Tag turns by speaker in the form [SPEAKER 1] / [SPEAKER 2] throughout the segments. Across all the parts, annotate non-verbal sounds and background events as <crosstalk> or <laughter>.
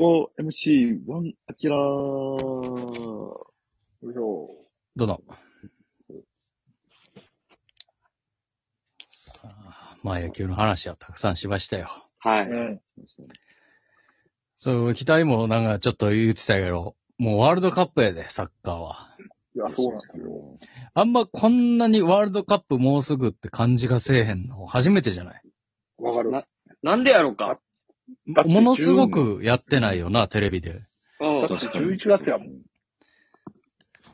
[SPEAKER 1] 4MC1 アキラー。
[SPEAKER 2] よいしょ。
[SPEAKER 3] どうぞ。さあまあ野球の話はたくさんしましたよ。
[SPEAKER 4] は
[SPEAKER 2] う
[SPEAKER 4] い。
[SPEAKER 2] ん。
[SPEAKER 3] そう、期待もなんかちょっと言ってたけど、もうワールドカップやで、サッカーは。
[SPEAKER 2] いや、そうなんですよ。
[SPEAKER 3] あんまこんなにワールドカップもうすぐって感じがせえへんの、初めてじゃない
[SPEAKER 2] わかる。
[SPEAKER 4] ななんでやろうか。
[SPEAKER 2] だって
[SPEAKER 3] ものすごくやってないよな、テレビで。
[SPEAKER 4] うん。
[SPEAKER 2] だって11月やもん。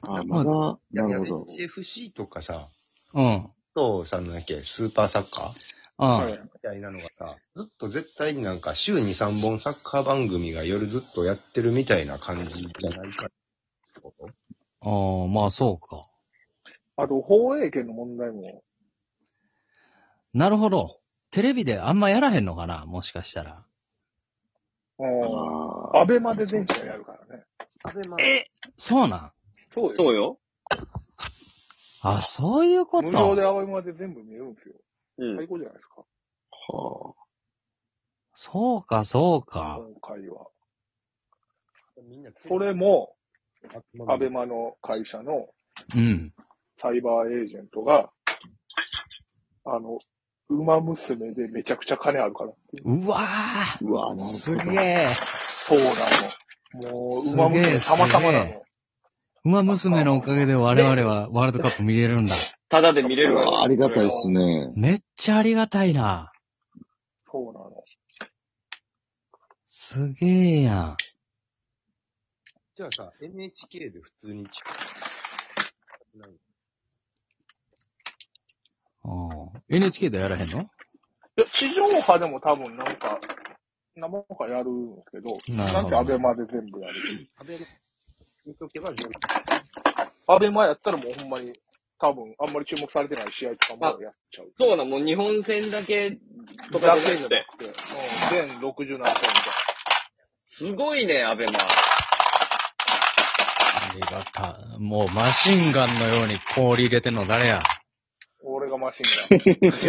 [SPEAKER 1] あ、まだ、なるほど。
[SPEAKER 5] HFC とかさ、
[SPEAKER 3] うん。
[SPEAKER 5] とさんのやっけ、スーパーサッカ
[SPEAKER 3] ああ、
[SPEAKER 2] はい
[SPEAKER 5] ーみたいなのがさ、ずっと絶対になんか週に3本サッカー番組が夜ずっとやってるみたいな感じじゃないかってこと
[SPEAKER 3] ああ、まあそうか。
[SPEAKER 2] あと、放映権の問題も。
[SPEAKER 3] なるほど。テレビであんまやらへんのかな、もしかしたら。
[SPEAKER 2] うん。
[SPEAKER 1] あ
[SPEAKER 2] アベマで全試合やるからね。
[SPEAKER 3] そうなん
[SPEAKER 2] そう
[SPEAKER 4] そうよ。
[SPEAKER 3] あ、そういうこ
[SPEAKER 2] 無料で
[SPEAKER 3] と。
[SPEAKER 2] アベマで全部見れるんですよ。
[SPEAKER 4] うん
[SPEAKER 2] 最。高じゃないですか。
[SPEAKER 1] は
[SPEAKER 3] そうか、そうか。
[SPEAKER 2] 今回は。
[SPEAKER 5] みんなテレ
[SPEAKER 2] そ
[SPEAKER 5] ビ
[SPEAKER 2] れも、
[SPEAKER 5] の
[SPEAKER 2] アベマの会社の
[SPEAKER 3] うん。
[SPEAKER 2] サイバーエージェントが、あの、馬娘でめちゃくちゃ金あるから。
[SPEAKER 3] うわ
[SPEAKER 1] あ。うわ、なるほ
[SPEAKER 3] ぁ。
[SPEAKER 1] ど。
[SPEAKER 3] すげえ。
[SPEAKER 2] そうなの。もう、
[SPEAKER 3] すげえ
[SPEAKER 2] 馬娘たまたまな
[SPEAKER 3] すげ
[SPEAKER 2] の。
[SPEAKER 3] 馬娘のおかげで我々はワールドカップ見れるんだ。
[SPEAKER 4] ただで見れ
[SPEAKER 1] う
[SPEAKER 4] るわ
[SPEAKER 1] わありがたいですね。
[SPEAKER 3] めっちゃありがたいな。
[SPEAKER 2] そうなの。
[SPEAKER 3] すげえやん。
[SPEAKER 5] じゃあさ、NHK で普通にチなんか
[SPEAKER 3] うん NHK でやらへんの
[SPEAKER 2] いや、地上波でも多分なんか、生とかやるんですけど、
[SPEAKER 3] なるほど
[SPEAKER 2] んせアベマで全部やる。
[SPEAKER 5] アベマ見とけば全部
[SPEAKER 2] アベマやったらもうほんまに、多分あんまり注目されてない試合とかもやっちゃう。
[SPEAKER 4] そうな、もう日本戦だけと
[SPEAKER 2] だ
[SPEAKER 4] か
[SPEAKER 2] け
[SPEAKER 4] じゃ
[SPEAKER 2] じゃ
[SPEAKER 4] な
[SPEAKER 2] な
[SPEAKER 4] く
[SPEAKER 2] くて
[SPEAKER 4] て。、
[SPEAKER 2] うん、全67戦みたい
[SPEAKER 4] すごいね、アベマ。
[SPEAKER 3] ありがた。もうマシンガンのように氷入れてんの誰や。
[SPEAKER 2] な。俺がマシンガン。アイス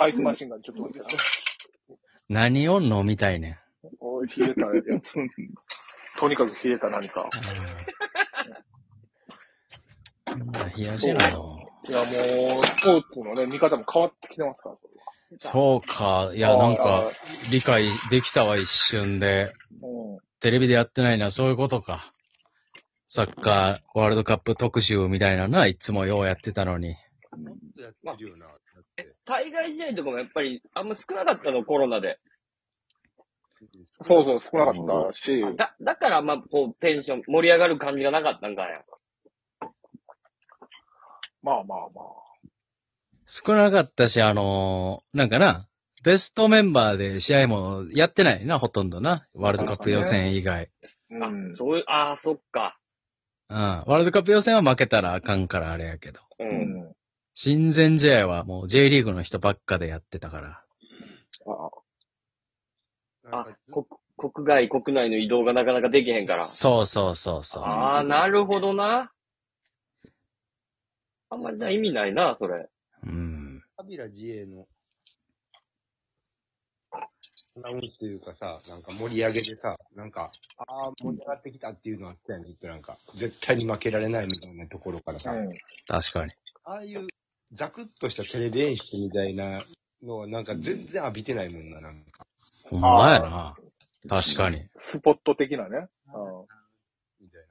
[SPEAKER 2] アイスマシンガンちょっと待ってな。
[SPEAKER 3] 何を飲みたいねん。
[SPEAKER 2] おい、冷えたやつ。とにかく冷えた何か。
[SPEAKER 3] うんみんな冷やしなよ。
[SPEAKER 2] いや、もう、スポーツのね、見方も変わってきてますから。
[SPEAKER 3] そうか。い
[SPEAKER 2] い
[SPEAKER 3] や、なんか、、理解できたわ、一瞬で。
[SPEAKER 2] うん
[SPEAKER 3] テレビでやってないのはそういうことか。サッカー、ワールドカップ特集みたいなな、いつもようやってたのに。
[SPEAKER 5] やってるよな。だって
[SPEAKER 4] 対外試合とかもやっぱりあんま少なかったの、コロナで。
[SPEAKER 2] そうそう、少なかったし、
[SPEAKER 4] だ、だからあんまこうテンション盛り上がる感じがなかったんかや。
[SPEAKER 2] まあまあまあ。
[SPEAKER 3] 少なかったし、あのーなんかな、ベストメンバーで試合もやってないな、ほとんどな。ワールドカップ予選以外。
[SPEAKER 2] う
[SPEAKER 4] あ
[SPEAKER 2] ん、
[SPEAKER 4] そういう、ああ、そっか。
[SPEAKER 3] うん。ワールドカップ予選は負けたらあかんからあれやけど。
[SPEAKER 4] う。
[SPEAKER 2] うんん。
[SPEAKER 3] 親善試合はもう J リーグの人ばっかでやってたから。
[SPEAKER 2] あ
[SPEAKER 5] なん
[SPEAKER 4] あ
[SPEAKER 5] かずっ、と
[SPEAKER 4] 国、国外、国内の移動がなかなかできへんから。
[SPEAKER 3] そうそうそうそう。
[SPEAKER 4] ああ、なるほどな。あんまりな意味ないな、それ。
[SPEAKER 3] うん。
[SPEAKER 5] カビラ自衛の、アナウンスというかさ、なんか盛り上げでさ、なんか、ああ、盛り上がってきたっていうのあったやん、ずっとなんか、絶対に負けられないみたいなところからさ、
[SPEAKER 2] うん。
[SPEAKER 3] 確かに。
[SPEAKER 5] ああいうザクッとしたテレビ演出みたいなのをなんか全然浴びてないもんな、なんか、
[SPEAKER 3] ほんまやな。確かに。
[SPEAKER 2] スポット的なね。う
[SPEAKER 5] みたい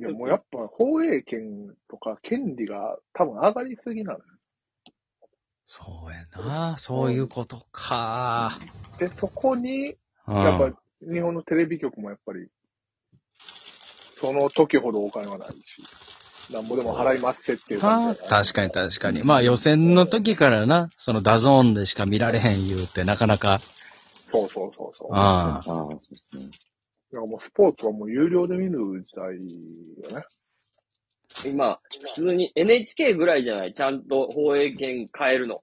[SPEAKER 5] な。
[SPEAKER 2] ん。いや、もうやっぱ、放映権とか権利が多分上がりすぎなの。
[SPEAKER 3] そうやな。そういうことか。
[SPEAKER 2] で、そこに、
[SPEAKER 3] うん。
[SPEAKER 2] やっぱ、日本のテレビ局もやっぱり、その時ほどお金はないし、なんぼでも払いますせっていう
[SPEAKER 3] は
[SPEAKER 2] 感
[SPEAKER 3] あ
[SPEAKER 2] じだね
[SPEAKER 3] 確かに確かに。まあ予選の時からな、そのダゾーンでしか見られへん言うて、なかなか、
[SPEAKER 2] そうそうそうそう。だか
[SPEAKER 3] ああ、
[SPEAKER 1] ああ、そうですね。
[SPEAKER 2] らもうスポーツはもう有料で見る時代よね。
[SPEAKER 4] 今、普通に NHK ぐらいじゃないちゃんと放映権変えるの。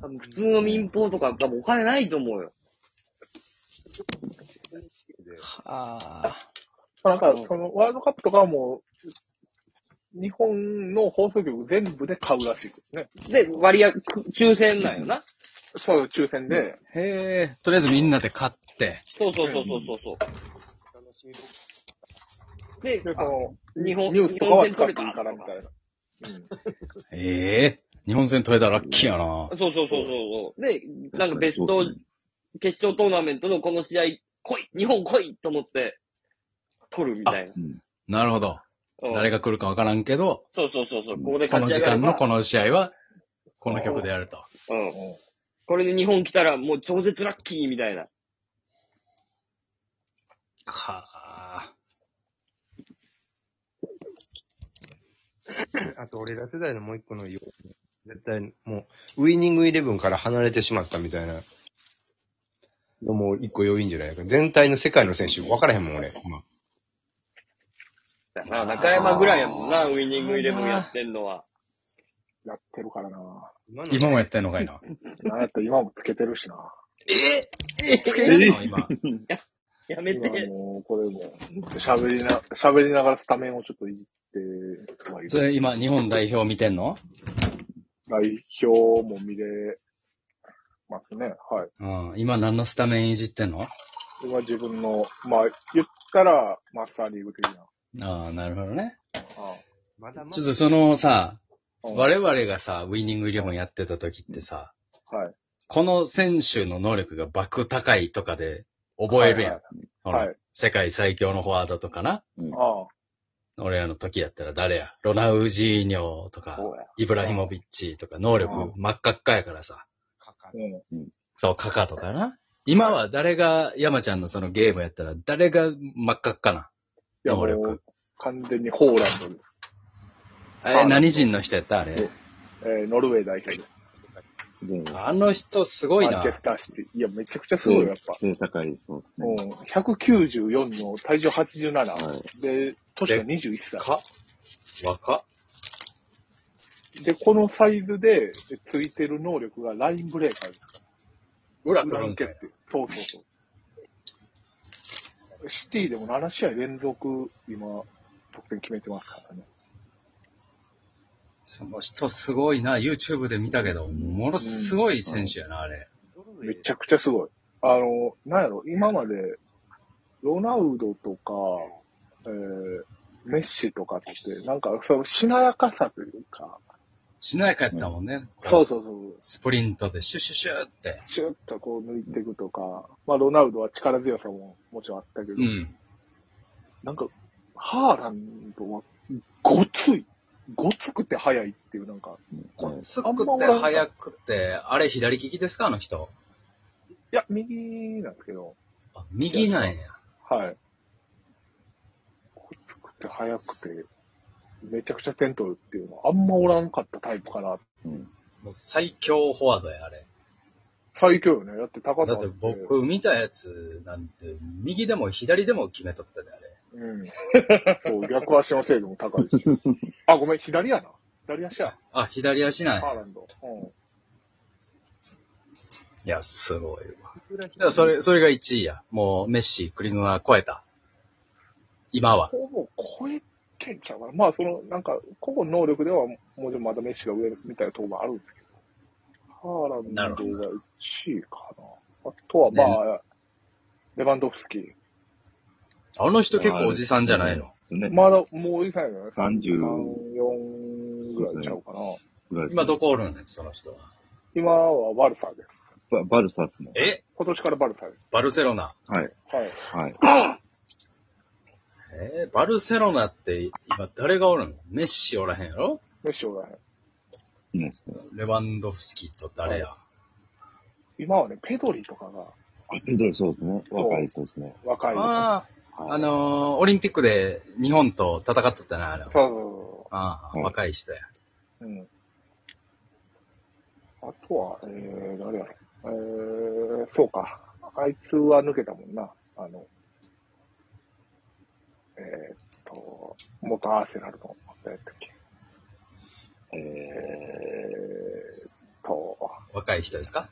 [SPEAKER 4] 多分普通の民放とか多分お金ないと思うよ。
[SPEAKER 3] あ
[SPEAKER 2] まあなんか、そのワールドカップとかはもう、日本の放送局全部で買うらしいですね。
[SPEAKER 4] で、割合、く抽選なんよな。
[SPEAKER 2] そう、抽選で、
[SPEAKER 3] へえ、とりあえずみんなで勝って。
[SPEAKER 4] そうそうそうそうそうそう。で、
[SPEAKER 2] で、その、
[SPEAKER 4] 日本
[SPEAKER 2] ニュースとかは
[SPEAKER 4] 日
[SPEAKER 2] 使っ
[SPEAKER 4] 本
[SPEAKER 2] てい
[SPEAKER 4] 戦
[SPEAKER 2] い
[SPEAKER 4] 取れ
[SPEAKER 2] か
[SPEAKER 4] た
[SPEAKER 2] らみたいな。
[SPEAKER 3] ええ日本戦取れたらラッキーやな。
[SPEAKER 4] そうそうそうそう。で、なんかベスト、決勝トーナメントのこの試合、来い日本来いと思って、取るみたいな。
[SPEAKER 1] うん。
[SPEAKER 3] なるほど。
[SPEAKER 4] うん
[SPEAKER 3] 誰が来るかわからんけど、
[SPEAKER 4] そうそうそうそう。ここで
[SPEAKER 3] こ
[SPEAKER 4] 勝
[SPEAKER 3] の
[SPEAKER 4] ち上
[SPEAKER 3] 時
[SPEAKER 4] がれ
[SPEAKER 3] 間
[SPEAKER 4] ば
[SPEAKER 3] のこの試合は、この曲でやると。
[SPEAKER 4] うん。これで日本来たらもう超絶ラッキーみたいな。
[SPEAKER 3] かあ。
[SPEAKER 5] あと俺ら世代のもう一個の要因絶対もう、ウイニングイレブンから離れてしまったみたいなのも一個要因じゃないか。全体の世界の選手分からへんもん俺。今
[SPEAKER 4] だな、中山ぐらいやもんな、ウィニングイレブンやってんのは。
[SPEAKER 2] やってるからな
[SPEAKER 5] 今の
[SPEAKER 3] 今もやってんのか
[SPEAKER 2] <laughs>
[SPEAKER 3] いな。
[SPEAKER 2] なんやったら今もつけてるしな
[SPEAKER 3] ええつけてんの今。
[SPEAKER 4] やめ
[SPEAKER 2] 今
[SPEAKER 4] て。
[SPEAKER 2] もう、これも、喋りな、喋りながらスタメンをちょっといじってはいる、
[SPEAKER 3] それ今、日本代表見てんの
[SPEAKER 2] 代表も見れますね。はい。
[SPEAKER 3] うん。今何のスタメンいじってんの
[SPEAKER 2] 今自分の、まあ、言ったら、マスターリーグ的な。
[SPEAKER 3] ああ、なるほどね。
[SPEAKER 2] あ
[SPEAKER 5] まだま
[SPEAKER 3] ちょっ
[SPEAKER 5] だ
[SPEAKER 3] とそのさ、
[SPEAKER 2] あ
[SPEAKER 3] 我々がさ、ウィニングイレブンやってた時ってさ、
[SPEAKER 2] はい。
[SPEAKER 3] この選手の能力が爆高いとかで覚えるやん。ほら
[SPEAKER 2] はい
[SPEAKER 3] 世界最強のフォワードとかな。
[SPEAKER 2] あ
[SPEAKER 3] 俺らの時やったら誰やロナウジーニョとか
[SPEAKER 2] あ、、そうや。
[SPEAKER 3] イブラヒモビッチとか能力
[SPEAKER 2] うん
[SPEAKER 3] 真っ赤っかやからさ。
[SPEAKER 5] かか
[SPEAKER 2] う
[SPEAKER 5] る。
[SPEAKER 2] ん。
[SPEAKER 3] そう、カカとかな。今は誰が、山ちゃんのそのゲームやったら誰が真っ赤っかない
[SPEAKER 2] や、
[SPEAKER 3] 能
[SPEAKER 2] も
[SPEAKER 3] 力
[SPEAKER 2] う、完全にホーランドです。
[SPEAKER 3] え、何人の人やったあれ。
[SPEAKER 2] えーノルウェー代表です。
[SPEAKER 1] で、
[SPEAKER 3] あの人すごい
[SPEAKER 2] マン
[SPEAKER 3] な
[SPEAKER 2] チェ。スターシティ。いや、めちゃくちゃすごいよ、やっぱ。
[SPEAKER 1] 背高い、そうです
[SPEAKER 2] うん
[SPEAKER 1] ね。。
[SPEAKER 2] 194の体重87。
[SPEAKER 1] はい。
[SPEAKER 2] で、年が21歳。
[SPEAKER 3] か若っ
[SPEAKER 2] で、このサイズで、でついてる能力がラインブレーカーです。
[SPEAKER 3] 裏
[SPEAKER 2] ブ
[SPEAKER 3] 取
[SPEAKER 2] ラ
[SPEAKER 3] るん
[SPEAKER 2] ン
[SPEAKER 3] か
[SPEAKER 2] ケ
[SPEAKER 3] い
[SPEAKER 2] ッ。ト。そうそうそう。シティでも7試合連続、今、得点決めてますからね。
[SPEAKER 3] その人すごいな。YouTube で見たけど、ものすごい選手やな、あれ。
[SPEAKER 2] めちゃくちゃすごい。あの、なんやろ、今まで、ロナウドとか、えー、メッシとかって、なんか、その、しなやかさというか、
[SPEAKER 3] しなやかやったもんね。
[SPEAKER 2] そう
[SPEAKER 3] う。
[SPEAKER 2] そうそう、
[SPEAKER 3] スプリントでシュシュシュって。
[SPEAKER 2] シュッとこう抜いていくとか、まあ、ロナウドは力強さももちろんあったけど、
[SPEAKER 3] うん。
[SPEAKER 2] なんか、ハーランドは、ごつい。ごつくて速いっていう、なんか、
[SPEAKER 3] こっつくて、速くて、あれ左利きですかあの人。
[SPEAKER 2] いや、右なんですけど、
[SPEAKER 3] あ右なんや。
[SPEAKER 2] はい。ごつくて速くて、めちゃくちゃ点取るっていうのは、あんまおらんかったタイプかな。
[SPEAKER 1] うん。
[SPEAKER 3] もう最強フォワードや、あれ。
[SPEAKER 2] 最強よね。だって高
[SPEAKER 3] だ
[SPEAKER 2] さ
[SPEAKER 3] って僕見たやつなんて、右でも左でも決めとったで、あれ。
[SPEAKER 2] うん。そう、逆足の精度も高
[SPEAKER 3] <laughs>
[SPEAKER 2] いし。あ、ごめん、左やな。左足や。
[SPEAKER 3] あ、左足な
[SPEAKER 2] ハ
[SPEAKER 3] んや。
[SPEAKER 2] ーランド。うん。
[SPEAKER 3] いや、すごいわ。だからそれ、それが1位や。もう、メッシ、クリノナ超えた。今は。
[SPEAKER 2] ほぼ超えてんちゃうかな。まあ、その、なんか、個々能力では、もちろんまだメッシが上みたいなところもあるんですけど、ハーランドが1位かな。あとは、まあ、レバンドフスキ
[SPEAKER 3] あの人結構おじさんじゃないの。
[SPEAKER 2] ー。
[SPEAKER 1] ね。
[SPEAKER 2] まだ、もういいかないよね。
[SPEAKER 1] 30
[SPEAKER 2] 34ぐらいちゃうかな。
[SPEAKER 1] ぐらい。
[SPEAKER 3] 今どこおるんその人は。
[SPEAKER 2] 今はバルサーです。
[SPEAKER 1] ババルサですね。
[SPEAKER 3] え
[SPEAKER 2] 今年からバルサーです。
[SPEAKER 3] バルセロナ。
[SPEAKER 1] はい。
[SPEAKER 2] はい。
[SPEAKER 1] はい。
[SPEAKER 3] えー、バルセロナって今誰がおるのメッシおらへんやろ
[SPEAKER 2] メッシがね。
[SPEAKER 1] いいですね。
[SPEAKER 3] レバンドフスキと誰や、
[SPEAKER 2] 今はね、ペドリとかが
[SPEAKER 1] あ、ペドロそうですね。若いそうですね。
[SPEAKER 2] 若い。
[SPEAKER 3] ああ、
[SPEAKER 1] はい
[SPEAKER 3] あのー、オリンピックで日本と戦っとったな、あれ。
[SPEAKER 2] そうそ
[SPEAKER 3] ああ、
[SPEAKER 1] うん
[SPEAKER 3] 若い人や。
[SPEAKER 2] うそう。うん。あとは、えー、誰やろ。えー、そうか。あいつは抜けたもんな。あの、えー、っと、元アーセナルの、誰やったっけ。えー、っと、
[SPEAKER 3] 若い人ですか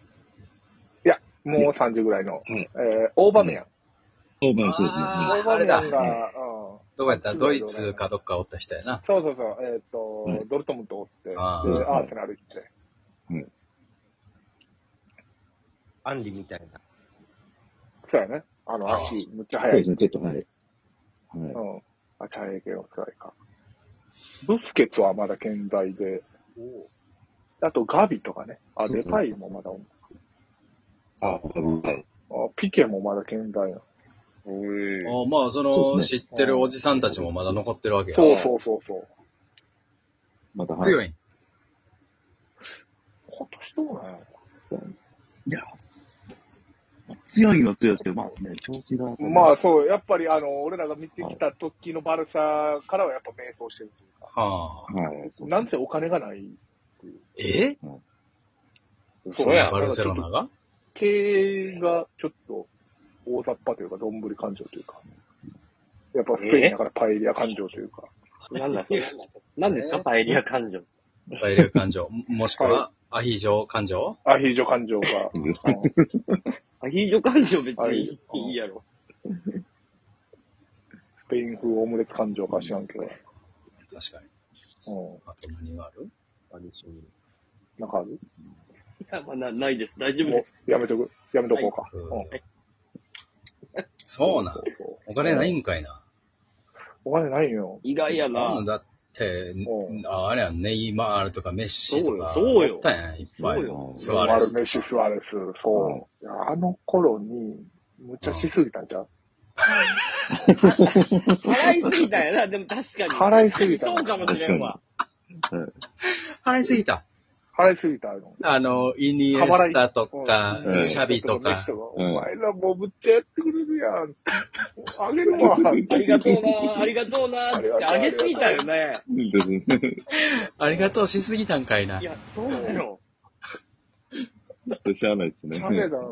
[SPEAKER 2] もう30ぐらいの、
[SPEAKER 1] うん
[SPEAKER 2] えー、オーバメヤン。
[SPEAKER 1] オーバーそうですね。
[SPEAKER 3] あ
[SPEAKER 2] オ
[SPEAKER 3] ー
[SPEAKER 1] はい
[SPEAKER 2] ーバメヤ
[SPEAKER 3] あれ
[SPEAKER 2] ン
[SPEAKER 3] だ
[SPEAKER 2] が、うん。
[SPEAKER 3] どこやったドイツかどっかおった人やな。
[SPEAKER 2] そうそうそう、えー、っと、
[SPEAKER 1] うん
[SPEAKER 2] ドルトムントおって、で、
[SPEAKER 3] あ
[SPEAKER 2] ア
[SPEAKER 3] ー
[SPEAKER 2] ーセナル行って。
[SPEAKER 1] うん
[SPEAKER 5] アンリみたいな。
[SPEAKER 2] そうやね。あの、足、むっちゃ
[SPEAKER 1] そう
[SPEAKER 2] 速
[SPEAKER 1] で
[SPEAKER 2] い。
[SPEAKER 1] すね、ちょっと、はい。は
[SPEAKER 2] うん。足速い系は辛いか。ブスケツはまだ健在で、あとガビとかね。あ、デパイもまだおん
[SPEAKER 1] い。あ、はい。
[SPEAKER 2] あピケもまだ健在な。
[SPEAKER 3] あ
[SPEAKER 4] う
[SPEAKER 3] まあ、
[SPEAKER 1] そ
[SPEAKER 3] そ
[SPEAKER 1] う
[SPEAKER 3] の、
[SPEAKER 1] です
[SPEAKER 3] 知ってるおじさんたちもまだ残ってるわけや。
[SPEAKER 2] そうそうそうそう。
[SPEAKER 1] また、はい。
[SPEAKER 3] 強
[SPEAKER 1] い。
[SPEAKER 3] いん。
[SPEAKER 2] 今年どうなんやろ
[SPEAKER 1] や、強いのは強いですけど、まあね、調子が。
[SPEAKER 2] まあそう、やっぱりあの、俺らが見てきた時のバルサからはやっぱ迷走してるというか、
[SPEAKER 3] はあ。
[SPEAKER 1] はい。そう
[SPEAKER 2] なんせお金がない。
[SPEAKER 3] え
[SPEAKER 4] そうや
[SPEAKER 3] バルセロナが
[SPEAKER 2] 経営がちょっと大雑把というか、どんぶり感情というか、やっぱスペインやからパエリア感情というか、
[SPEAKER 4] ん。なんだ <laughs> それ。なんですか、パエリア感情。
[SPEAKER 3] パエリア感情。もしくは、アヒージョ感情
[SPEAKER 2] アヒージョ感情が、
[SPEAKER 1] うん
[SPEAKER 2] うん
[SPEAKER 4] アヒージョ感情別
[SPEAKER 2] あれ
[SPEAKER 4] にいいやろ。
[SPEAKER 2] スペイン風オムレツ感情か知らんけど、
[SPEAKER 3] 確かに。
[SPEAKER 2] うん、
[SPEAKER 3] あと何がある
[SPEAKER 5] アディション
[SPEAKER 2] なんかある
[SPEAKER 4] いや、まあな、ないです。大丈夫
[SPEAKER 2] も
[SPEAKER 4] です。
[SPEAKER 2] うやめとく、やめとこうか。
[SPEAKER 3] はい
[SPEAKER 2] うん
[SPEAKER 3] そうなん。
[SPEAKER 2] そう
[SPEAKER 3] お金ないんかいな。
[SPEAKER 2] お金ないよ。
[SPEAKER 4] 意外やな。
[SPEAKER 3] だって
[SPEAKER 2] う、
[SPEAKER 3] ああれやん、ネイマールとかメッシとか、
[SPEAKER 4] そうよそうよ
[SPEAKER 3] おったやん、いっぱい。
[SPEAKER 4] そうよ
[SPEAKER 3] スワレス
[SPEAKER 2] マルメッシ、スワレス、そう。いやあの頃に、むちゃしすぎたんちゃう
[SPEAKER 4] 払いすぎたんやな。でも確かに。
[SPEAKER 2] 払いすぎた
[SPEAKER 4] そうかもしれんわ。
[SPEAKER 3] 払いすぎた。
[SPEAKER 2] 払いすぎたの。
[SPEAKER 3] あの、イニエスタとか
[SPEAKER 1] う、ん
[SPEAKER 3] シャビとか。
[SPEAKER 2] お前らもうむっちゃやってくれるやん。
[SPEAKER 3] <laughs>
[SPEAKER 2] あげるわ。
[SPEAKER 4] ありがとうな、ありがとうな、つってあげすぎたよね。
[SPEAKER 1] ですね。
[SPEAKER 3] ありがとうしすぎたんかいな。
[SPEAKER 4] いや、そうだよ。
[SPEAKER 1] しゃあないですね。
[SPEAKER 2] シャメだろ。